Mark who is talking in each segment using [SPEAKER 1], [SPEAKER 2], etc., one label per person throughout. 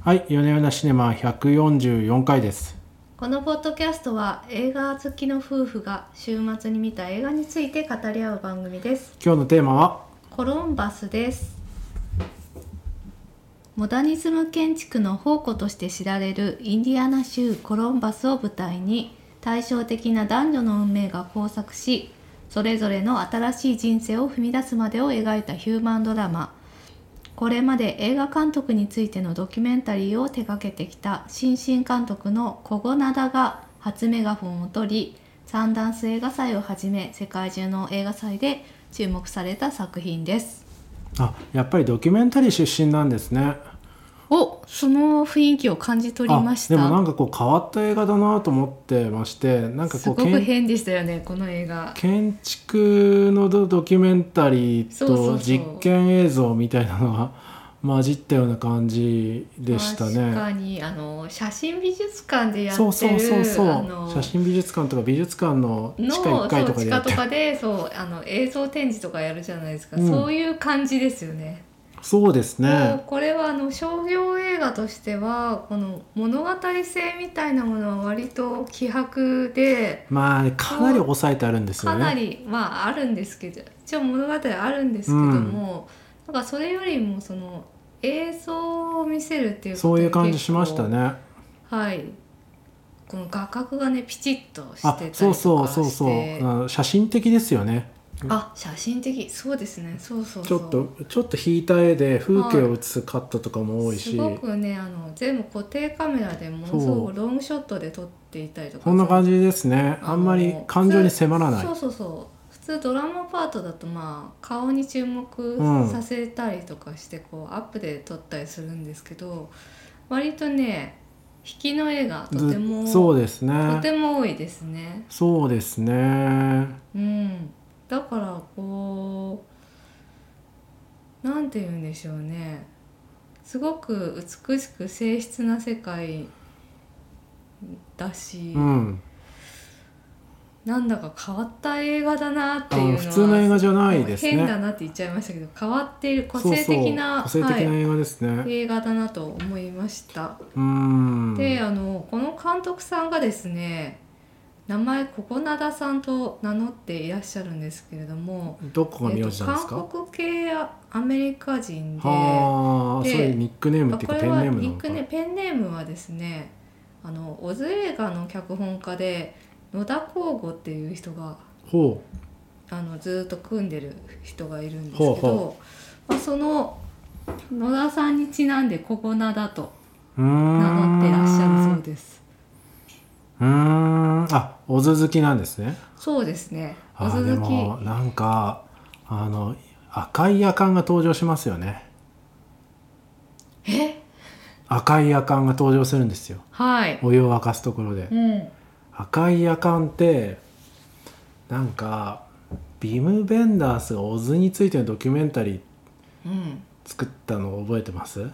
[SPEAKER 1] はい、夜な夜なシネマ144回です。
[SPEAKER 2] このポッドキャストは映画好きの夫婦が週末に見た映画について語り合う番組です
[SPEAKER 1] 今日のテーマは、
[SPEAKER 2] コロンバスですモダニズム建築の宝庫として知られるインディアナ州コロンバスを舞台に対照的な男女の運命が交錯しそれぞれの新しい人生を踏み出すまでを描いたヒューマンドラマこれまで映画監督についてのドキュメンタリーを手掛けてきた新進監督のコゴナダが初メガホンを取りサンダンス映画祭をはじめ世界中の映画祭で注目された作品です
[SPEAKER 1] あ、やっぱりドキュメンタリー出身なんですね。
[SPEAKER 2] おその雰囲気を感じ取りました
[SPEAKER 1] あでもなんかこう変わった映画だなと思ってまして、なんか
[SPEAKER 2] す
[SPEAKER 1] こう
[SPEAKER 2] ごく
[SPEAKER 1] 建
[SPEAKER 2] 変でしたよねこの映画
[SPEAKER 1] 建築のドドキュメンタリー
[SPEAKER 2] そうそ
[SPEAKER 1] と
[SPEAKER 2] うそう
[SPEAKER 1] 実験映像みたいなのが混じったような感じでした
[SPEAKER 2] 確
[SPEAKER 1] ね。
[SPEAKER 2] かにあの写真美術館でやって
[SPEAKER 1] そ
[SPEAKER 2] る
[SPEAKER 1] うそうそうそ
[SPEAKER 2] あ
[SPEAKER 1] う
[SPEAKER 2] の
[SPEAKER 1] 写真美術館とか美術館の地
[SPEAKER 2] の
[SPEAKER 1] 下
[SPEAKER 2] そう
[SPEAKER 1] 1階とかで
[SPEAKER 2] 地
[SPEAKER 1] や
[SPEAKER 2] 下
[SPEAKER 1] っ
[SPEAKER 2] と
[SPEAKER 1] てる
[SPEAKER 2] かでそうあの映像展示とかやるじゃないですか、
[SPEAKER 1] うん
[SPEAKER 2] そういう感じですよね。
[SPEAKER 1] そうです
[SPEAKER 2] もう
[SPEAKER 1] ね
[SPEAKER 2] これはあの商業映画としてはこの物語性みたいなものは割と希薄で
[SPEAKER 1] まあかなり抑えてあるんですよ
[SPEAKER 2] か
[SPEAKER 1] ね
[SPEAKER 2] なり、まああるんですけど一応物語あるんですけども、なんかそれよりもその映像を見せるっていうこと
[SPEAKER 1] そういう
[SPEAKER 2] に
[SPEAKER 1] 感じ
[SPEAKER 2] 結構
[SPEAKER 1] しましたね。
[SPEAKER 2] はいこの画角がねピチッとしてた
[SPEAKER 1] あ
[SPEAKER 2] りとかして、
[SPEAKER 1] そうそうそうそう、あ写真的ですよね。
[SPEAKER 2] あ写真的そうですねそうそう
[SPEAKER 1] ち
[SPEAKER 2] そ
[SPEAKER 1] ょ
[SPEAKER 2] う
[SPEAKER 1] っとちょっと引いた絵で風景を写すカットとかも多い
[SPEAKER 2] す
[SPEAKER 1] し、
[SPEAKER 2] ごくねあの全部固定カメラでものすごくロングショットで撮っていたりとか
[SPEAKER 1] こんな感じですね。あんまり感情に迫らない
[SPEAKER 2] そ。うそうそう普通ドラマパートだとまあ顔に注目
[SPEAKER 1] うん
[SPEAKER 2] させたりとかしてこうアップで撮ったりするんですけど割とね引きの絵がとても
[SPEAKER 1] ずそうです
[SPEAKER 2] と
[SPEAKER 1] ね。
[SPEAKER 2] ても多いですね
[SPEAKER 1] そうですね。
[SPEAKER 2] うんだからこうなんて言うんでしょうねすごく美しく静質な世界だし、
[SPEAKER 1] うん。
[SPEAKER 2] なんだか変わった映画だなって
[SPEAKER 1] あ
[SPEAKER 2] いうの
[SPEAKER 1] の
[SPEAKER 2] は
[SPEAKER 1] 普通の映画じゃないです
[SPEAKER 2] 変だ
[SPEAKER 1] ね。
[SPEAKER 2] なって言っちゃいましたけど変わっている個
[SPEAKER 1] そう
[SPEAKER 2] 性
[SPEAKER 1] そう
[SPEAKER 2] 的な
[SPEAKER 1] 個性的な映画ですね。
[SPEAKER 2] はい、映画だなと思いました、
[SPEAKER 1] うん。
[SPEAKER 2] であのこの監督さんがですね名前ココナダさんと名乗っていらっしゃるんですけれども、
[SPEAKER 1] どこが
[SPEAKER 2] えっ
[SPEAKER 1] 名
[SPEAKER 2] と
[SPEAKER 1] 字なんですか。
[SPEAKER 2] 韓国系アメリカ人で
[SPEAKER 1] はあ、そう
[SPEAKER 2] で
[SPEAKER 1] いうニックネームっていうか
[SPEAKER 2] これ
[SPEAKER 1] ペン
[SPEAKER 2] は
[SPEAKER 1] ネームな
[SPEAKER 2] ニ
[SPEAKER 1] の
[SPEAKER 2] ッ
[SPEAKER 1] か
[SPEAKER 2] クネ。ペンネームはですねあのオズ映画の脚本家で野田光吾っていう人が
[SPEAKER 1] ほう。
[SPEAKER 2] あのずーっと組んでる人がいるんですけど
[SPEAKER 1] ほうほ
[SPEAKER 2] まあ、その野田さんにちなんで「ここなだ」と
[SPEAKER 1] うーん。
[SPEAKER 2] 名乗ってらっしゃるそうです。
[SPEAKER 1] うーんあおず好きなんですね
[SPEAKER 2] そうですね。
[SPEAKER 1] あ
[SPEAKER 2] お
[SPEAKER 1] ー
[SPEAKER 2] 鈴
[SPEAKER 1] で
[SPEAKER 2] 木
[SPEAKER 1] もなんかあの赤い夜間が登場しますよね
[SPEAKER 2] え
[SPEAKER 1] 赤い夜間が登場するんですよ
[SPEAKER 2] はい。
[SPEAKER 1] お湯を沸かすところで
[SPEAKER 2] うん。
[SPEAKER 1] 赤い夜間ってなんかビム・ベンダースがオズについてのドキュメンタリー
[SPEAKER 2] うん。
[SPEAKER 1] 作ったのを覚えてます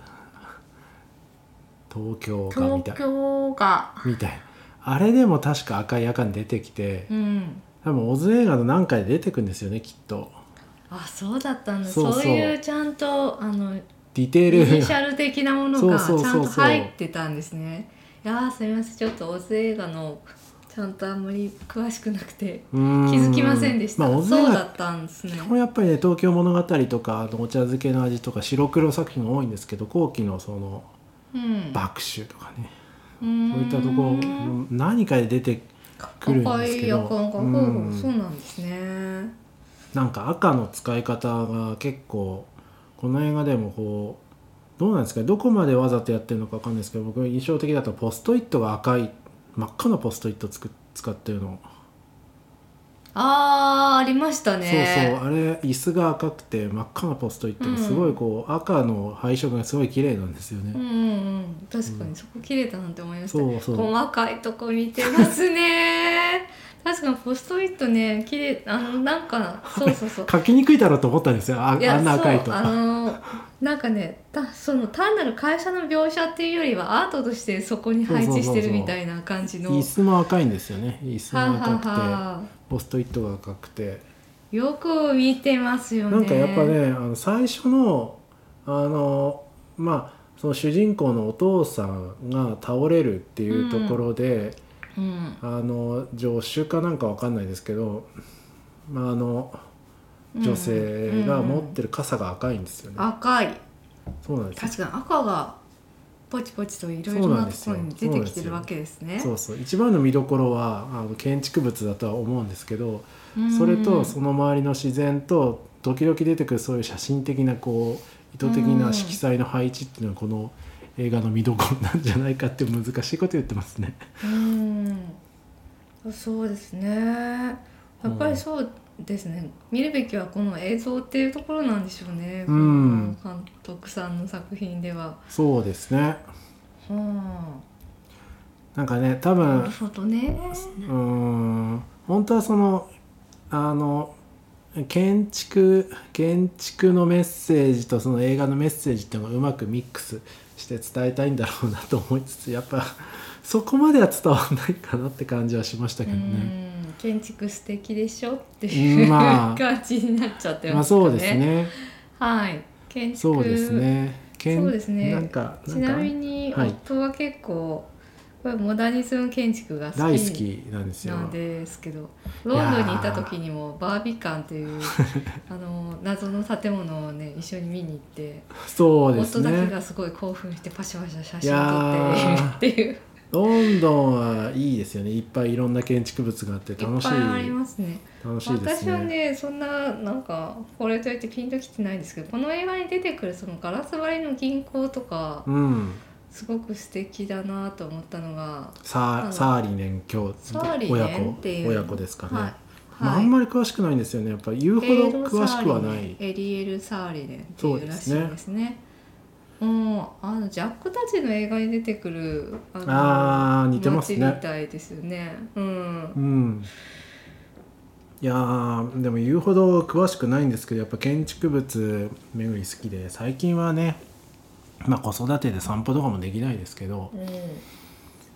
[SPEAKER 1] 東京がみたい
[SPEAKER 2] 東京が
[SPEAKER 1] みたいあれでも確か赤い夜間出てきて
[SPEAKER 2] うん。
[SPEAKER 1] 多分オズ映画の何回で出てくるんですよねきっと
[SPEAKER 2] あそうだったんだ。
[SPEAKER 1] そ
[SPEAKER 2] そうう
[SPEAKER 1] そう
[SPEAKER 2] いうちゃんとあのイ
[SPEAKER 1] ディテール
[SPEAKER 2] ニシャル的なものがち
[SPEAKER 1] そうそうそう
[SPEAKER 2] ゃ
[SPEAKER 1] そう
[SPEAKER 2] んと入ってたんですね。いやーすみませんちょっとおず映画のちゃんとあんまり詳しくなくて
[SPEAKER 1] 気
[SPEAKER 2] 気づきませんでした。
[SPEAKER 1] まあ、小津
[SPEAKER 2] そうだ
[SPEAKER 1] は
[SPEAKER 2] ったんですね
[SPEAKER 1] 基。本やっぱりね東京物語とかあのお茶漬けの味とか白黒作品が多いんですけど後期のその
[SPEAKER 2] うん。
[SPEAKER 1] 爆酒とかね、
[SPEAKER 2] うん
[SPEAKER 1] そういったところうん何かで出てくるんですけど
[SPEAKER 2] 赤い夜間が
[SPEAKER 1] うん
[SPEAKER 2] そうなんですね。
[SPEAKER 1] なんか赤の使い方が結構この映画でもこうどうなんですかねどこまでわざとやってるのかわかんないですけど僕印象的だとポストイットが赤い真っ赤なポストイットつく使ってるの、
[SPEAKER 2] あーありました
[SPEAKER 1] そう
[SPEAKER 2] ね。
[SPEAKER 1] そうあれ椅子が赤くて真っ赤なポストイットがすごいこう、赤の配色がすごい綺麗なんですよね。
[SPEAKER 2] うんうんうん、確かにそこ切れたなんて思いました、
[SPEAKER 1] そうそう
[SPEAKER 2] 細かいとこ見てます ね確かにポストイットね綺麗あのなんかそうそう そう
[SPEAKER 1] 書きにくいだろうと思ったんですよああん
[SPEAKER 2] いや
[SPEAKER 1] な赤い
[SPEAKER 2] そ
[SPEAKER 1] と
[SPEAKER 2] うあのなんかねたその単なる会社の描写っていうよりはアートとしてそこに配置してるみたいな感じの
[SPEAKER 1] 椅子も赤いんですよね椅子
[SPEAKER 2] はあ
[SPEAKER 1] も赤くて
[SPEAKER 2] はあはあ
[SPEAKER 1] ポストイットが赤くて
[SPEAKER 2] よく見てますよね
[SPEAKER 1] なんかやっぱねあの最初のあのまあその主人公のお父さんが倒れるっていうところで、
[SPEAKER 2] うん
[SPEAKER 1] あの助手かなんかわかんないですけど、まあ、あの女性が持ってる傘が赤いんですよね、
[SPEAKER 2] 赤い
[SPEAKER 1] そうなんですよ
[SPEAKER 2] 確かに赤がポチポチといろいろ
[SPEAKER 1] そうなん
[SPEAKER 2] な
[SPEAKER 1] で
[SPEAKER 2] と
[SPEAKER 1] す
[SPEAKER 2] こ
[SPEAKER 1] よ
[SPEAKER 2] ろに出てきてるわけですね
[SPEAKER 1] そうそう一番の見どころはあの建築物だとは思うんですけど
[SPEAKER 2] うん
[SPEAKER 1] それとその周りの自然と時々出てくるそういう写真的なこう意図的な色彩の配置っていうのはこの映画の見どころなんじゃないかって難しいこと言ってます ね。
[SPEAKER 2] うんそうですねやっぱりそうですね見るべきはこの映像っていうところなんでしょうね、
[SPEAKER 1] うん
[SPEAKER 2] この監督さんの作品では。
[SPEAKER 1] そうですね
[SPEAKER 2] は
[SPEAKER 1] なんかね多
[SPEAKER 2] あ、な
[SPEAKER 1] 分
[SPEAKER 2] るほどね。
[SPEAKER 1] うーん本当はそのあの建築建築のメッセージとその映画のメッセージっていうのがうまくミックスして伝えたいんだろうなと思いつつやっぱそこまでは伝わらないかなって感じはしました
[SPEAKER 2] う
[SPEAKER 1] けどね。
[SPEAKER 2] ん建築素敵でしょっていう、
[SPEAKER 1] まあ
[SPEAKER 2] 感じになっちゃって
[SPEAKER 1] ま
[SPEAKER 2] ま
[SPEAKER 1] あ
[SPEAKER 2] すかね。
[SPEAKER 1] そうですね。
[SPEAKER 2] はい。建築
[SPEAKER 1] そうですね。建
[SPEAKER 2] そうですね
[SPEAKER 1] なんか
[SPEAKER 2] ちなみ
[SPEAKER 1] んか
[SPEAKER 2] に
[SPEAKER 1] はい
[SPEAKER 2] 夫は結構、これモダニズム建築が
[SPEAKER 1] 大
[SPEAKER 2] 好
[SPEAKER 1] 好
[SPEAKER 2] き
[SPEAKER 1] きなんですよ。
[SPEAKER 2] なんですけどロンドンにいた時にもバービカン というあの謎の建物をね一緒に見に行って、
[SPEAKER 1] そうです
[SPEAKER 2] 夫だけ
[SPEAKER 1] ね。
[SPEAKER 2] がすごい興奮してパシャパシャ写
[SPEAKER 1] いや
[SPEAKER 2] 真撮
[SPEAKER 1] ー
[SPEAKER 2] っているっていう
[SPEAKER 1] ロンドンはいいですよね。いっぱいいろんな建築物があって
[SPEAKER 2] い
[SPEAKER 1] 楽
[SPEAKER 2] っ
[SPEAKER 1] しい
[SPEAKER 2] ぱいありますね
[SPEAKER 1] 楽しいです
[SPEAKER 2] 私はねそんななんかこれといってピンときてないんですけどこの映画に出てくるそのガラス張りの銀行とか、
[SPEAKER 1] うん。
[SPEAKER 2] すごく素敵だなと思ったのが、
[SPEAKER 1] サ
[SPEAKER 2] あの
[SPEAKER 1] ーサーリネン兄
[SPEAKER 2] サーリネン
[SPEAKER 1] 親子
[SPEAKER 2] っていう
[SPEAKER 1] 親子ですかね、
[SPEAKER 2] はい
[SPEAKER 1] まあ、あんまり詳しくないんですよねやっぱり言うほど詳しくはない
[SPEAKER 2] エリエル・サーリネンって
[SPEAKER 1] そ
[SPEAKER 2] いうう
[SPEAKER 1] で
[SPEAKER 2] らし
[SPEAKER 1] す
[SPEAKER 2] い
[SPEAKER 1] ね
[SPEAKER 2] ですね。うん、あのジャックたちの映画に出てくるあの
[SPEAKER 1] あー似てます
[SPEAKER 2] 街み
[SPEAKER 1] ね
[SPEAKER 2] たいですよね。うん
[SPEAKER 1] う、んいやーでも言うほど詳しくないんですけどやっぱ建築物巡り好きで最近はねまあ子育てで散歩とかもできないですけど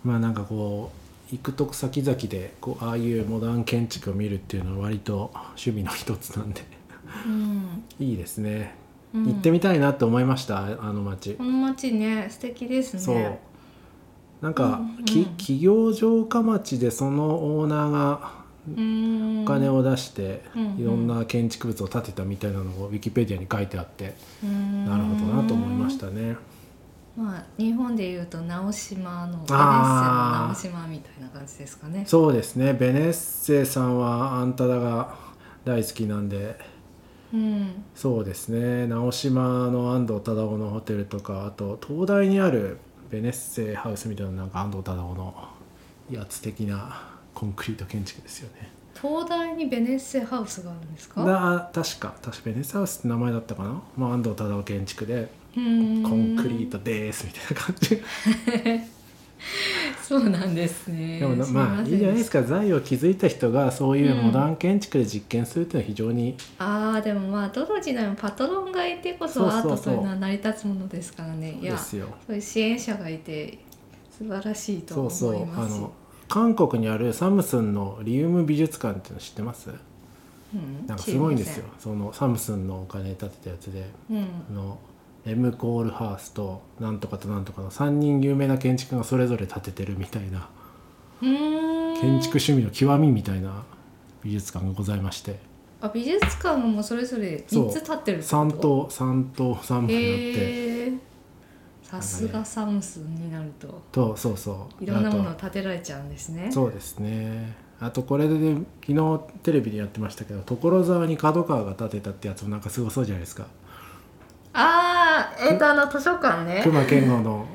[SPEAKER 2] う
[SPEAKER 1] まあなんかこう行くと先々でこうああいうモダン建築を見るっていうのは割と趣味の一つなんで
[SPEAKER 2] ん
[SPEAKER 1] いいですね、
[SPEAKER 2] うん、
[SPEAKER 1] 行ってみたいなって思いましたああの街
[SPEAKER 2] この街ね素敵ですね。
[SPEAKER 1] そうなんか、
[SPEAKER 2] うん
[SPEAKER 1] き
[SPEAKER 2] うん
[SPEAKER 1] 企業城下町でそのオーナーが
[SPEAKER 2] うん、
[SPEAKER 1] お金を出して、
[SPEAKER 2] うん
[SPEAKER 1] いろんな建築物を建てたみたいなのをウィキペディアに書いてあって、
[SPEAKER 2] うん
[SPEAKER 1] なるほどなと思いまし。たね。
[SPEAKER 2] まあ日本でいうと直島のベネッセの直
[SPEAKER 1] あー
[SPEAKER 2] 島みたいな感じですかね。
[SPEAKER 1] そうですねベネッセさんはあんたらが大好きなんで
[SPEAKER 2] うん、
[SPEAKER 1] そうですね直島の安藤忠雄のホテルとかあと東大にあるベネッセハウスみたいななんか安藤忠雄のやつ的なコンクリート建築ですよね。
[SPEAKER 2] 東大にベネッセハウスがあるんですか
[SPEAKER 1] な確か確かベネサウスって名前だったかな、まあ、安藤忠雄建築で「コ
[SPEAKER 2] コ
[SPEAKER 1] ン
[SPEAKER 2] ン
[SPEAKER 1] クリートです」みたいな感じ
[SPEAKER 2] そうなんですね
[SPEAKER 1] でもな
[SPEAKER 2] すま
[SPEAKER 1] まあ
[SPEAKER 2] せ
[SPEAKER 1] い
[SPEAKER 2] ん
[SPEAKER 1] いじゃないです
[SPEAKER 2] か
[SPEAKER 1] か財を築いた人がそういう
[SPEAKER 2] うん
[SPEAKER 1] モダン建築で実験するっていうのは非常に、
[SPEAKER 2] ああでもまあどの時代もパトロンがいてこそ
[SPEAKER 1] そう
[SPEAKER 2] ア
[SPEAKER 1] そうそ
[SPEAKER 2] ー
[SPEAKER 1] う
[SPEAKER 2] トというのは成り立つものですからねい
[SPEAKER 1] で
[SPEAKER 2] や
[SPEAKER 1] すよ
[SPEAKER 2] そういう支援者がいて素晴らしいと
[SPEAKER 1] そ
[SPEAKER 2] 思いうます
[SPEAKER 1] そうあの韓国にあるサムスンのリウム美術館っていうの知ってます
[SPEAKER 2] うん
[SPEAKER 1] なんかすごいんですよそのサムスンのお金建てたやつで
[SPEAKER 2] 知りません
[SPEAKER 1] あのエム・コールハースとなんとかとなんとかの3人有名な建築家がそれぞれ建ててるみたいな。
[SPEAKER 2] うんうーん
[SPEAKER 1] 建築趣味の極みみたいな美術館がございまして
[SPEAKER 2] あ美術館ももうそれぞれ
[SPEAKER 1] そう
[SPEAKER 2] 三つ立ってるってこと
[SPEAKER 1] 3棟3棟3枚になって、
[SPEAKER 2] へえさすがサムスンになると
[SPEAKER 1] とそうそう
[SPEAKER 2] いろんなものを
[SPEAKER 1] あ
[SPEAKER 2] 建てられちゃうんですね
[SPEAKER 1] とそうですねあとこれで、ね、昨日テレビでやってましたけど所沢に角川が建てたってやつもなんかすごそうじゃないですか
[SPEAKER 2] ああえっとあの図書館ね
[SPEAKER 1] 熊健吾の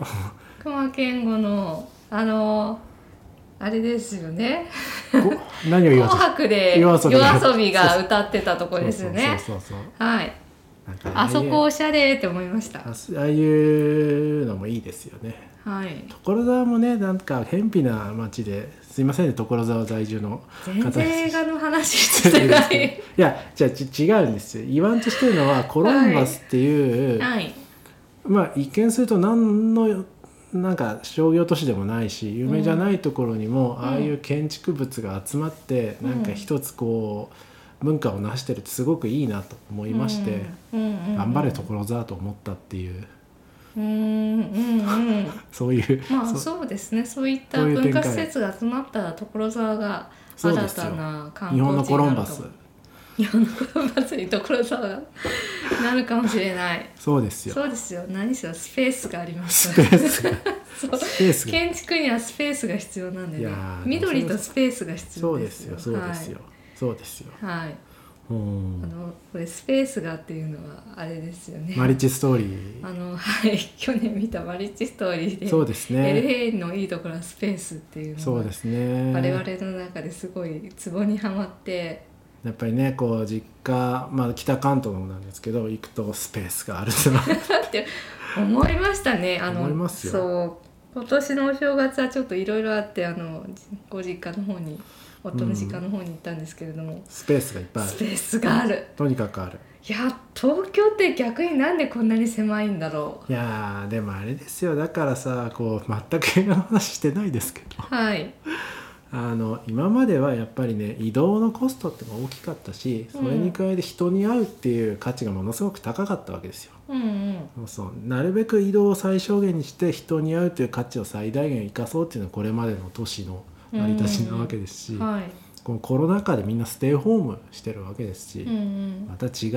[SPEAKER 2] 熊健吾のあのあれですよね
[SPEAKER 1] こ何を
[SPEAKER 2] 「
[SPEAKER 1] 言
[SPEAKER 2] 紅
[SPEAKER 1] わせ
[SPEAKER 2] 白」で
[SPEAKER 1] 夜
[SPEAKER 2] 夜
[SPEAKER 1] 遊びが
[SPEAKER 2] 遊びが歌ってたとこですよね
[SPEAKER 1] そうそうそうそう
[SPEAKER 2] はい
[SPEAKER 1] なんかね
[SPEAKER 2] あそこおしゃれって思いました
[SPEAKER 1] あああいうのもいいですよね
[SPEAKER 2] はい
[SPEAKER 1] 所沢もねなんか偏僻な町ですいませんね所沢在住の
[SPEAKER 2] 全
[SPEAKER 1] 方
[SPEAKER 2] 然
[SPEAKER 1] で
[SPEAKER 2] 映
[SPEAKER 1] す
[SPEAKER 2] 画の話
[SPEAKER 1] い
[SPEAKER 2] してない
[SPEAKER 1] やじゃあち違うんですよ言わんとしてるのはコロンバスっていう、
[SPEAKER 2] はい
[SPEAKER 1] まあ一見すると何のなんか商業都市でもないし有名じゃないところにも、
[SPEAKER 2] ん
[SPEAKER 1] ああいう建築物が集まって、
[SPEAKER 2] うん
[SPEAKER 1] なんか一つこう文化を成してるってすごくいいなと思いまして、
[SPEAKER 2] うんうんうんうん
[SPEAKER 1] 頑張れ所沢と思ったっていう
[SPEAKER 2] うーんうんうん
[SPEAKER 1] そういう
[SPEAKER 2] まあ
[SPEAKER 1] そ
[SPEAKER 2] そうですねそういった
[SPEAKER 1] そういう
[SPEAKER 2] 文
[SPEAKER 1] 展開
[SPEAKER 2] 化施設が集まった所沢が
[SPEAKER 1] そ
[SPEAKER 2] 新
[SPEAKER 1] うですよ
[SPEAKER 2] たな観光地
[SPEAKER 1] 日
[SPEAKER 2] にな
[SPEAKER 1] 本
[SPEAKER 2] る
[SPEAKER 1] のコロンバス
[SPEAKER 2] かも日本のコロンバスに所沢がなるかもしれない
[SPEAKER 1] そうですよ
[SPEAKER 2] そうですよ何しろスペースがあります
[SPEAKER 1] スペースが
[SPEAKER 2] そう
[SPEAKER 1] スペースが
[SPEAKER 2] 建築にはスペースが必要なんで
[SPEAKER 1] い
[SPEAKER 2] ね
[SPEAKER 1] やー
[SPEAKER 2] 緑とスペースが必
[SPEAKER 1] そ
[SPEAKER 2] 要
[SPEAKER 1] う
[SPEAKER 2] で
[SPEAKER 1] ですす
[SPEAKER 2] よ
[SPEAKER 1] よそうですよ、そうですよ
[SPEAKER 2] はい、はいうあ
[SPEAKER 1] ん
[SPEAKER 2] のこれスペースがっていうのはあれですよね
[SPEAKER 1] マリッジストーリー
[SPEAKER 2] あのはい去年見たマリッチストーリーで
[SPEAKER 1] そうですね
[SPEAKER 2] LA のいいところはスペースっていうのが
[SPEAKER 1] そうですね
[SPEAKER 2] 我々の中ですごいツボにはまって
[SPEAKER 1] やっぱりねこう実家、まあ、北関東の方なんですけど行くとスペースがある と
[SPEAKER 2] 思いましたねあの
[SPEAKER 1] 思いますよ
[SPEAKER 2] そう今年のお正月はちょっといろいろあってあのご実家の方に夫の実家の方に行ったんですけれども、
[SPEAKER 1] スペースがいっぱいあ
[SPEAKER 2] ス
[SPEAKER 1] る
[SPEAKER 2] ペースがある
[SPEAKER 1] とにかくある
[SPEAKER 2] いや東京って逆になんでこんなに狭いんだろ
[SPEAKER 1] いやーでもあれですよだからさこう全く映画の話してないですけど
[SPEAKER 2] うはい
[SPEAKER 1] あの今まではやっぱりね移動のコストってのが大きかったしそれに加えて人に会うっていう価値がものすごく高かったわけですよ。
[SPEAKER 2] うんうん
[SPEAKER 1] そうそうなるべく移動を最小限にして人に会うという価値を最大限生かそうっていうのはこれまでの都市の成り立ちなわけですし、
[SPEAKER 2] はい
[SPEAKER 1] このコロナ禍でみんなステイホームしてるわけですし、
[SPEAKER 2] うんうん
[SPEAKER 1] また違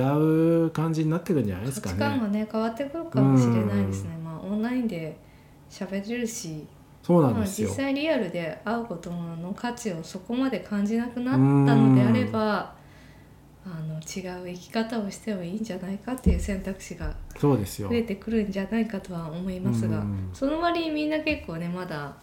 [SPEAKER 1] う感じになってくるんじゃないで
[SPEAKER 2] 価
[SPEAKER 1] す
[SPEAKER 2] 値
[SPEAKER 1] か
[SPEAKER 2] 観は
[SPEAKER 1] ね。
[SPEAKER 2] ね変わってくるかもしれないですね、まあオンラインで喋れるし
[SPEAKER 1] そうなん
[SPEAKER 2] まあ、
[SPEAKER 1] です
[SPEAKER 2] 実
[SPEAKER 1] よ。
[SPEAKER 2] 際リアルで会うことの価値をそこまで感じなくなったのであればあの違う生き方をしてもいいんじゃないかっていう選択肢が
[SPEAKER 1] そうですよ
[SPEAKER 2] 増。えてくるんじゃないかとは思いますが
[SPEAKER 1] うん
[SPEAKER 2] その割にみんな結構ねまだ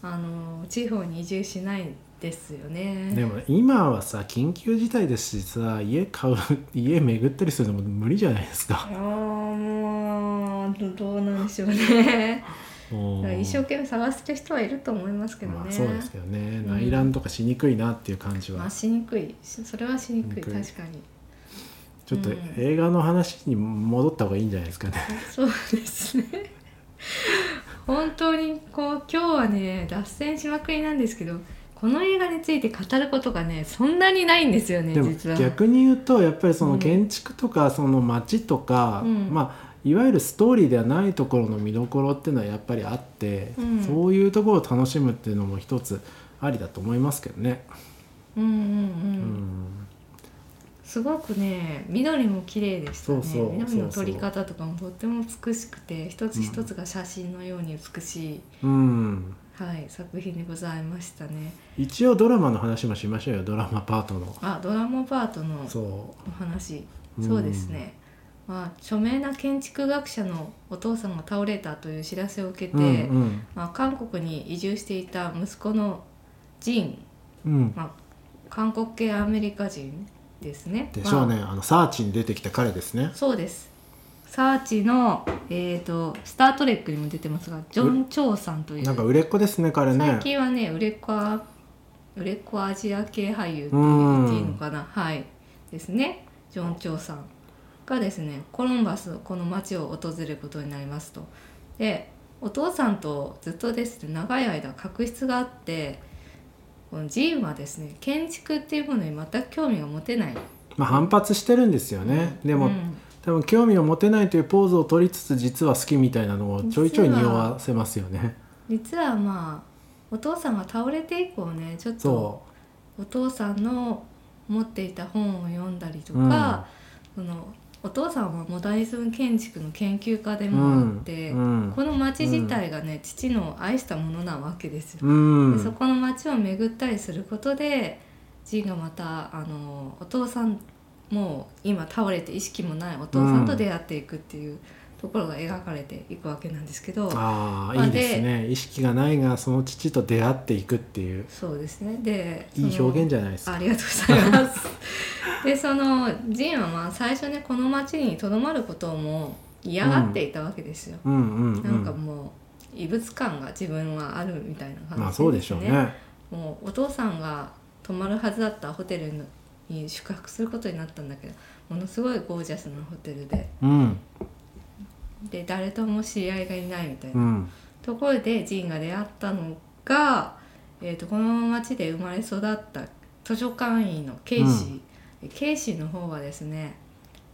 [SPEAKER 2] あの地方に移住しないですよね。
[SPEAKER 1] でもね今はさ緊急事態ですしさ家買う 家巡ったりするのも無理じゃないです
[SPEAKER 2] あ
[SPEAKER 1] か。
[SPEAKER 2] ーもうどどうなんでしょうね。
[SPEAKER 1] も う
[SPEAKER 2] 一生懸命探してる人はいると思いますけどね。
[SPEAKER 1] まあ、そうですけどね、
[SPEAKER 2] ん
[SPEAKER 1] 内覧とかしにくいなっていう感じ
[SPEAKER 2] ま
[SPEAKER 1] は
[SPEAKER 2] あ、しにくいしそれはしにくい
[SPEAKER 1] しにくい
[SPEAKER 2] 確かに。
[SPEAKER 1] ちょっと
[SPEAKER 2] うん
[SPEAKER 1] 映画の話に戻った方がいいんじゃないですかね。
[SPEAKER 2] そうですね。本当にこう今日はね脱線しまくりなんですけどこの映画について語ることがねそんなにないんですよね
[SPEAKER 1] でも
[SPEAKER 2] 実は。
[SPEAKER 1] 逆に言うとやっぱりそうの
[SPEAKER 2] ん
[SPEAKER 1] 建築とかその街とか、
[SPEAKER 2] うん
[SPEAKER 1] まあいわゆるストーリーではないところの見どころっていうのはやっぱりあって、
[SPEAKER 2] うん
[SPEAKER 1] そういうところを楽しむっていうのも一つありだと思いますけどね。
[SPEAKER 2] うんうんうん
[SPEAKER 1] う、ん
[SPEAKER 2] すごくね緑も綺麗でした
[SPEAKER 1] そ
[SPEAKER 2] ね
[SPEAKER 1] うそう
[SPEAKER 2] 緑の
[SPEAKER 1] そうそう
[SPEAKER 2] 撮り方とかもとっても美しくて一つ一つが写真のように美しい、
[SPEAKER 1] うん
[SPEAKER 2] はい、作品でございましたね。
[SPEAKER 1] 一応ドラマの話もしましょうよドラマパートの。
[SPEAKER 2] あドラマパートの
[SPEAKER 1] そ
[SPEAKER 2] お話
[SPEAKER 1] うん
[SPEAKER 2] そうですね、まあ、著名な建築学者のお父さんが倒れたという知らせを受けて、
[SPEAKER 1] う、うん
[SPEAKER 2] まあ、韓国に移住していた息子のジン、
[SPEAKER 1] うんうん、
[SPEAKER 2] まあ、韓国系アメリカ人ですね。
[SPEAKER 1] でしょうね、
[SPEAKER 2] ま
[SPEAKER 1] あ、のサーチに出てきた彼ですね
[SPEAKER 2] あ。そうですサーチの、えーと「スター・トレック」にも出てますがジョン・チョウさんという
[SPEAKER 1] なんか売れっ子ですね彼ね。
[SPEAKER 2] 最近はね売れっ子は売れっ子アジア系俳優って
[SPEAKER 1] うん
[SPEAKER 2] 言っていいのかなはいですねジョン・チョウさんがですねコロンバスこの街を訪れることになりますとでお父さんとずっとですね長い間確執があってこのジーンはですね建築っていうものに全く興味が持てない、
[SPEAKER 1] まあ、反発してるんですよね、でも、
[SPEAKER 2] うん
[SPEAKER 1] 多分興味を持てないというポーズを取りつつ実は好きみたいなのをちょいちょい匂わせますよね
[SPEAKER 2] 実はまあお父さんが倒れて以降ねちょっと
[SPEAKER 1] そ
[SPEAKER 2] お父さんの持っていた本を読んだりと
[SPEAKER 1] うん
[SPEAKER 2] か、そのお父さんはモダニズム建築の研究家で
[SPEAKER 1] う
[SPEAKER 2] もあって、
[SPEAKER 1] うん
[SPEAKER 2] この町自体がね、父の愛したものなわけですよ。
[SPEAKER 1] うん
[SPEAKER 2] でそこの町を巡ったりすることでジンがまたあのお父さんもう今倒れて意識もないお父さんと出会っていくっていうところが描かれていくわけなんですけど。
[SPEAKER 1] あ
[SPEAKER 2] ま
[SPEAKER 1] あ
[SPEAKER 2] あ
[SPEAKER 1] いいですね意識がないがその父と出会っていくっていう
[SPEAKER 2] そうですねで
[SPEAKER 1] いい
[SPEAKER 2] その
[SPEAKER 1] 表現じゃないです
[SPEAKER 2] あ
[SPEAKER 1] か
[SPEAKER 2] りがとうございます。でそのジンはまあ最初ねこの町にとどまることをもう嫌がっていたわけですよ。
[SPEAKER 1] うんうんう
[SPEAKER 2] なん
[SPEAKER 1] ん
[SPEAKER 2] かもう異物感が自分はあるみたいな感じ
[SPEAKER 1] まあそうでしょうね
[SPEAKER 2] もうお父さんが泊まるはずだったホテルに宿泊することになったんだけどものすごいゴージャスなホテルで
[SPEAKER 1] うん
[SPEAKER 2] で誰とも知り合いがいないみたいな
[SPEAKER 1] う。ん
[SPEAKER 2] ところでジンが出会ったのが、えー、とこの町で生まれ育った図書館員のケイシー、ケイシーの方はですね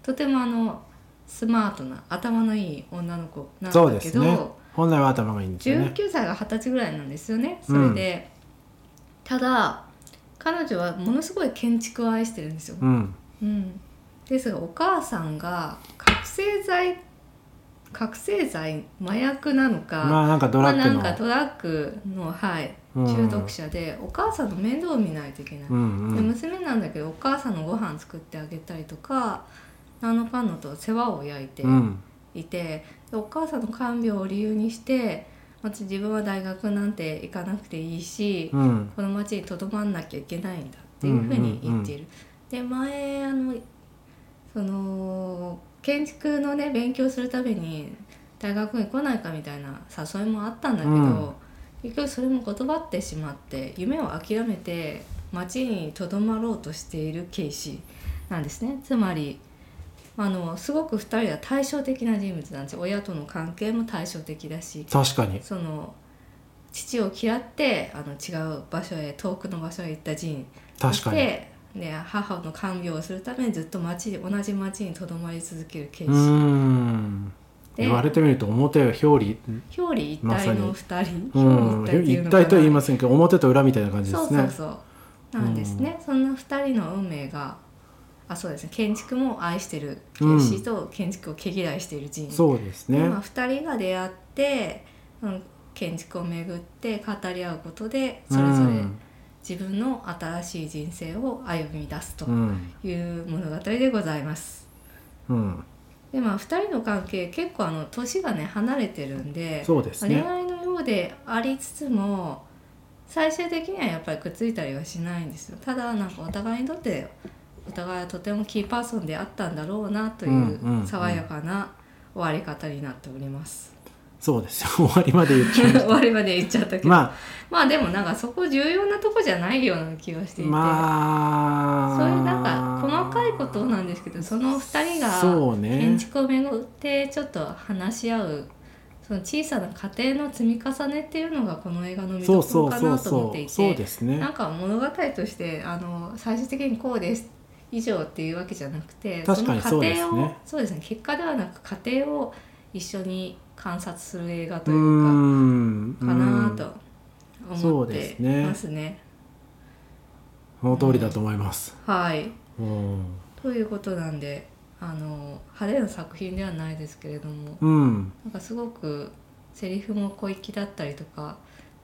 [SPEAKER 2] とてもあのスマートな頭のいい女の子なんだけど
[SPEAKER 1] そうですね本来は頭がいいんですよね
[SPEAKER 2] 19歳が二十歳ぐらいなんですよねそ
[SPEAKER 1] うん
[SPEAKER 2] れで、ただ彼女はものすごい建築を愛してるんですよ、
[SPEAKER 1] うん
[SPEAKER 2] うん、ですがお母さんが覚醒剤覚醒剤麻薬なのか、
[SPEAKER 1] まあなんかド
[SPEAKER 2] まあ
[SPEAKER 1] ラッ
[SPEAKER 2] な
[SPEAKER 1] グ
[SPEAKER 2] ん
[SPEAKER 1] の、
[SPEAKER 2] かドラッグの、はい、
[SPEAKER 1] うん
[SPEAKER 2] 中毒者で、お母さんの面倒を見ないといけない、
[SPEAKER 1] うんう
[SPEAKER 2] で
[SPEAKER 1] ん
[SPEAKER 2] 娘なんだけどお母さんのご飯作ってあげたりとかナノパンのと世話を焼いて
[SPEAKER 1] うん
[SPEAKER 2] いて、でお母さんの看病を理由にして私自分は大学なんて行かなくていいし、
[SPEAKER 1] うん
[SPEAKER 2] この町にとどまんなきゃいけないんだっていうふうに言っている。で前あのその建築のね勉強するために大学に来ないかみたいな誘いもあったんだけど、
[SPEAKER 1] うん
[SPEAKER 2] 結局それも断ってしまって夢を諦めて町にとどまろうとしているケイシーなんですね。つまりあのすごく2人は対照的な人物なんですよ親との関係も対照的だし
[SPEAKER 1] 確かに
[SPEAKER 2] その父を嫌ってあの違う場所へ遠くの場所へ行ったジーン
[SPEAKER 1] 確か
[SPEAKER 2] そし
[SPEAKER 1] に
[SPEAKER 2] て、ね、母の看病をするためにずっと町で同じ町にとどまり続けるケイ
[SPEAKER 1] うーん
[SPEAKER 2] で
[SPEAKER 1] 言われてみると表は表裏
[SPEAKER 2] 表裏一体の二人、
[SPEAKER 1] うん、
[SPEAKER 2] 表裏
[SPEAKER 1] 一体とは言い
[SPEAKER 2] ま
[SPEAKER 1] ませんけど表と裏みたいな感じです
[SPEAKER 2] そうそう
[SPEAKER 1] ね
[SPEAKER 2] そうなんですね、そんな二人の運命があそうですね建築も愛してるケイシーと建築を毛嫌いしているジーン、
[SPEAKER 1] そうです
[SPEAKER 2] で
[SPEAKER 1] ね
[SPEAKER 2] まあ、2人が出会って、うん、建築を巡って語り合うことでそれぞれ自分の新しい人生を歩み出すと
[SPEAKER 1] うん
[SPEAKER 2] いう物語でございます。
[SPEAKER 1] うん、うん、
[SPEAKER 2] でまあ2人の関係結構あの年がね離れてるんで
[SPEAKER 1] そうです
[SPEAKER 2] 恋
[SPEAKER 1] ね
[SPEAKER 2] 愛のようでありつつも最終的にはやっぱりくっついたりはしないんですよ。ただなんかお互いにとってお互いはとてもキーパーソンであったんだろうなとい
[SPEAKER 1] んうんう
[SPEAKER 2] うん爽やかな終わり方になっております。
[SPEAKER 1] そうですよ終わりまで言っちゃいま し
[SPEAKER 2] 終わりまで言っちゃったけ
[SPEAKER 1] た
[SPEAKER 2] ど、まあ、
[SPEAKER 1] ま
[SPEAKER 2] でもなんかそこ重要なとこじゃないような気がし
[SPEAKER 1] あ
[SPEAKER 2] ていて、
[SPEAKER 1] まあ
[SPEAKER 2] そういうなんか細かいことなんですけどその2人が
[SPEAKER 1] そうね
[SPEAKER 2] 建築を巡ってちょっと話し合うその小さな過程の積み重ねっていうのがこの映画の見
[SPEAKER 1] そ
[SPEAKER 2] ど
[SPEAKER 1] うそう
[SPEAKER 2] ころか
[SPEAKER 1] そう
[SPEAKER 2] なと思っ
[SPEAKER 1] そ
[SPEAKER 2] ていう
[SPEAKER 1] そう
[SPEAKER 2] て
[SPEAKER 1] ですね
[SPEAKER 2] なんか物語としてあの最終的にこうです以上っていうわけじゃなくて
[SPEAKER 1] 確かに
[SPEAKER 2] その過
[SPEAKER 1] そうです
[SPEAKER 2] 程を
[SPEAKER 1] ね
[SPEAKER 2] そうですね結果ではなく過程を一緒に観察する映画
[SPEAKER 1] う
[SPEAKER 2] と
[SPEAKER 1] ー
[SPEAKER 2] いうか。
[SPEAKER 1] ん
[SPEAKER 2] かなと
[SPEAKER 1] そ
[SPEAKER 2] 思っ
[SPEAKER 1] うで
[SPEAKER 2] て
[SPEAKER 1] すね
[SPEAKER 2] ますね。
[SPEAKER 1] うんその通りだと思います、
[SPEAKER 2] はい
[SPEAKER 1] うん
[SPEAKER 2] ということなんであの派手な作品ではないですけれども
[SPEAKER 1] うん、
[SPEAKER 2] なんかすごくセリフも小粋だったりとか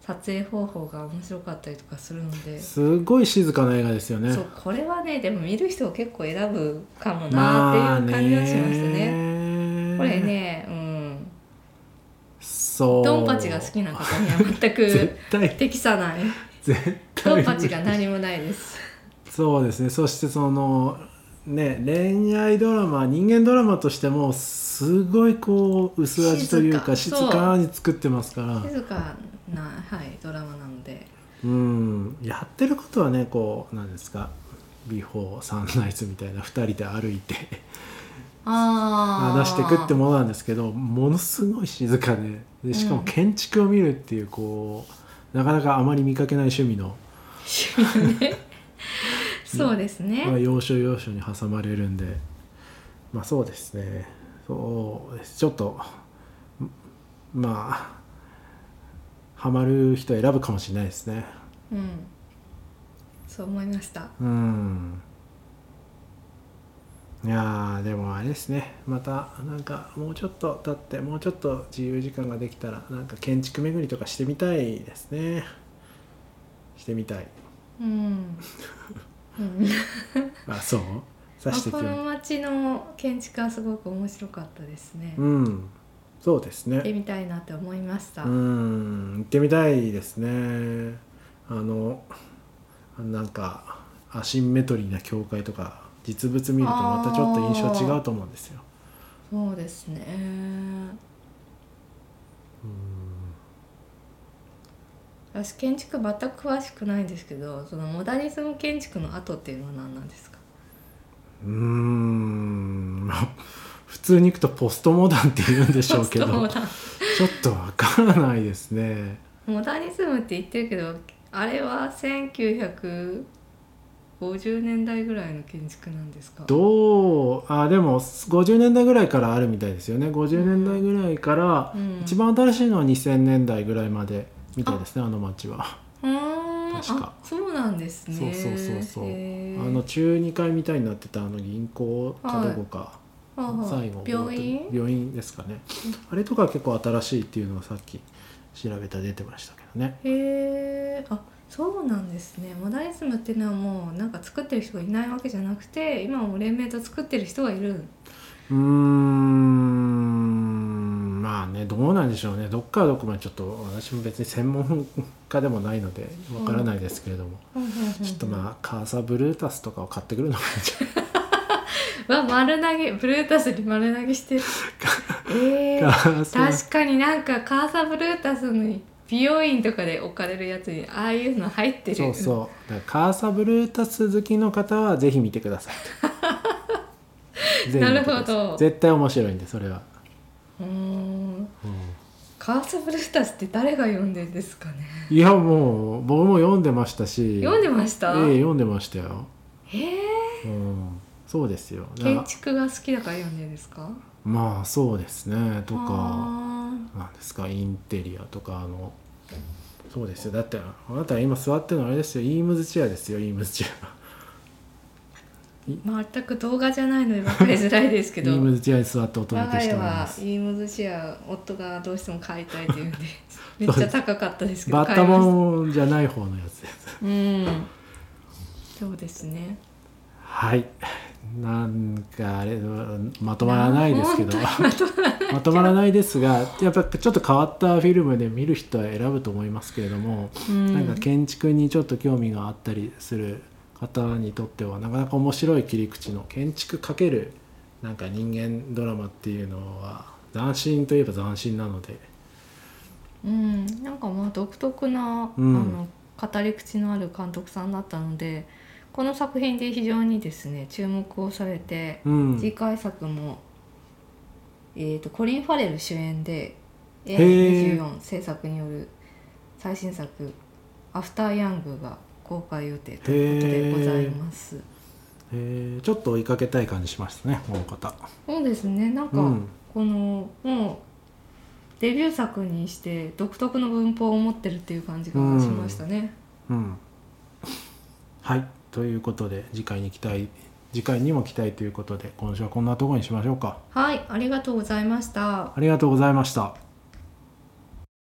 [SPEAKER 2] 撮影方法が面白かったりとかするので、
[SPEAKER 1] すごい静かな映画ですよね
[SPEAKER 2] そうこれはねでも見る人を結構選ぶかもなっていう感じがしましたね。
[SPEAKER 1] ね
[SPEAKER 2] これね、うん、
[SPEAKER 1] そう
[SPEAKER 2] ドンパチが好きな方には全く
[SPEAKER 1] 絶対
[SPEAKER 2] 適さない
[SPEAKER 1] 絶対
[SPEAKER 2] ドンパチが何もないです。
[SPEAKER 1] そうですねそしてそのね恋愛ドラマ人間ドラマとしてもすごいこう薄味というか静
[SPEAKER 2] 静か
[SPEAKER 1] か
[SPEAKER 2] そう
[SPEAKER 1] に作ってますから
[SPEAKER 2] 静かな、はい、ドラマなので
[SPEAKER 1] うんやってることはねこうなんですかビフォーサンライズみたいな2人で歩いて
[SPEAKER 2] あ
[SPEAKER 1] 出してくってものなんですけどものすごい静かででしか
[SPEAKER 2] う
[SPEAKER 1] も
[SPEAKER 2] ん
[SPEAKER 1] 建築を見るっていうこうなかなかあまり見かけない趣味の、
[SPEAKER 2] ねそうですね、
[SPEAKER 1] まあ、要所要所に挟まれるんでまあそうですねそうですちょっとんまあハマる人選ぶかもしれないですね
[SPEAKER 2] うんそう思いました
[SPEAKER 1] うんいやーでもあれですねまたなんかもうちょっと経ってもうちょっと自由時間ができたらなんか建築巡りとかしてみたいですねしてみたい
[SPEAKER 2] うん、うん、
[SPEAKER 1] あそう
[SPEAKER 2] あ
[SPEAKER 1] さしてき
[SPEAKER 2] こ
[SPEAKER 1] て
[SPEAKER 2] の町の建築はすごく面白かったですね、行
[SPEAKER 1] うんそうですね
[SPEAKER 2] ってみたいなって思いました、
[SPEAKER 1] うん行ってみたいですねあのなんかアシンメトリーな教会とか実物見るとまたちょっと印象違うと思うんですよ
[SPEAKER 2] そうですね私建築全く詳しくないんですけどそのモダニズム建築の後っていうのは何なんですか
[SPEAKER 1] うーんまあ普通に行くとポストモダンって言うんでしょうけど
[SPEAKER 2] ポス トモダン
[SPEAKER 1] ちょっとわからないですね
[SPEAKER 2] モダニズムって言ってるけどあれは1900 50年代ぐらいの建築なんですか
[SPEAKER 1] どうあでも50年代ぐらいからあるみたいですよね50年代ぐらいから、
[SPEAKER 2] うん
[SPEAKER 1] 一番新しいのは2000年代ぐらいまでみたいですねあの町は、
[SPEAKER 2] うーん
[SPEAKER 1] 確か
[SPEAKER 2] あそうなんですね
[SPEAKER 1] そうそうそうそう
[SPEAKER 2] へー
[SPEAKER 1] あの中2階みたいになってたあの銀行かどこか、
[SPEAKER 2] はあはあ
[SPEAKER 1] 最後
[SPEAKER 2] 病院
[SPEAKER 1] 病院ですかねあれとか結構新しいっていうのがさっき調べたら出てましたけどね
[SPEAKER 2] へえあそうなんですねモダリズムっていうのはもうなんか作ってる人がいないわけじゃなくて今はもう連盟と作ってる人がいる
[SPEAKER 1] うーんまあねどうなんでしょうねどっからどこまでちょっと私も別に専門家でもないのでわからないですけれども、ち
[SPEAKER 2] ち
[SPEAKER 1] ょっとまあカーサブルータスとかを買ってくるのがいいんじゃない
[SPEAKER 2] あわ丸投げブルータスに丸投げして るええ
[SPEAKER 1] カーサ
[SPEAKER 2] 確かになんかカーサブルータスの美容院とかで置かれるやつにああいうの入ってる
[SPEAKER 1] そうそうだからカーサブルータス好きの方はぜひ見てくださいぜひ見てください
[SPEAKER 2] なるほど
[SPEAKER 1] 絶対面白いんでそれは、
[SPEAKER 2] うーん
[SPEAKER 1] うん
[SPEAKER 2] カーサブルータスって誰が読んでんですかね
[SPEAKER 1] いやもう僕も読んでましたし
[SPEAKER 2] 読んで
[SPEAKER 1] まし
[SPEAKER 2] ました、
[SPEAKER 1] ええ読んでましたよ、
[SPEAKER 2] へえ
[SPEAKER 1] うん、そうですよだ
[SPEAKER 2] 建築が好きだから読んでんですか
[SPEAKER 1] まあそうですねとか
[SPEAKER 2] あー
[SPEAKER 1] なんですかインテリアとかあのそうですよだってあなたが今座ってるのあれですよイームズチェアですよイームズチェア
[SPEAKER 2] 全く動画じゃないので分かりづらいですけ
[SPEAKER 1] イ
[SPEAKER 2] ど
[SPEAKER 1] ームズチェアに座ってお
[SPEAKER 2] 我
[SPEAKER 1] 届
[SPEAKER 2] が
[SPEAKER 1] けして
[SPEAKER 2] 家
[SPEAKER 1] おりま
[SPEAKER 2] は
[SPEAKER 1] す
[SPEAKER 2] イームズシェア夫がどうしても買いたいと いうんでめっちゃ高かったですけど
[SPEAKER 1] バッ
[SPEAKER 2] 買
[SPEAKER 1] タ
[SPEAKER 2] いまし
[SPEAKER 1] モンじゃない方のやつです
[SPEAKER 2] たうんそうですね
[SPEAKER 1] はいなんかあれまとまらないですけど
[SPEAKER 2] 本当にまとまらない
[SPEAKER 1] まとまらないですがやっぱちょっと変わったフィルムで見る人は選ぶと思いますけれども、
[SPEAKER 2] うん
[SPEAKER 1] なんか建築にちょっと興味があったりする方にとってはなかなか面白い切り口の建築×なんか人間ドラマっていうのは斬新といえば斬新なので
[SPEAKER 2] うん、なんかまあ独特な、
[SPEAKER 1] うん
[SPEAKER 2] あの語り口のある監督さんだったのでこの作品で非常にですね注目をされて、
[SPEAKER 1] うん
[SPEAKER 2] 次回作も、えー、とコリン・ファレル主演で
[SPEAKER 1] へー
[SPEAKER 2] AI24 制作による最新作「アフター・ヤング」が公開予定ということでございます。
[SPEAKER 1] えーちょっと追いかけたい感じしましたねこの方。
[SPEAKER 2] そうですねなんか、
[SPEAKER 1] うん
[SPEAKER 2] このもうデビュー作にして独特の文法を持ってるっていう感じがしましたね。
[SPEAKER 1] うん、はいということで次回に期待次回にも期待ということで今週はこんなところにしましょうか。
[SPEAKER 2] はい、ありがとうございまし
[SPEAKER 1] あ
[SPEAKER 2] た。
[SPEAKER 1] りがとうございました。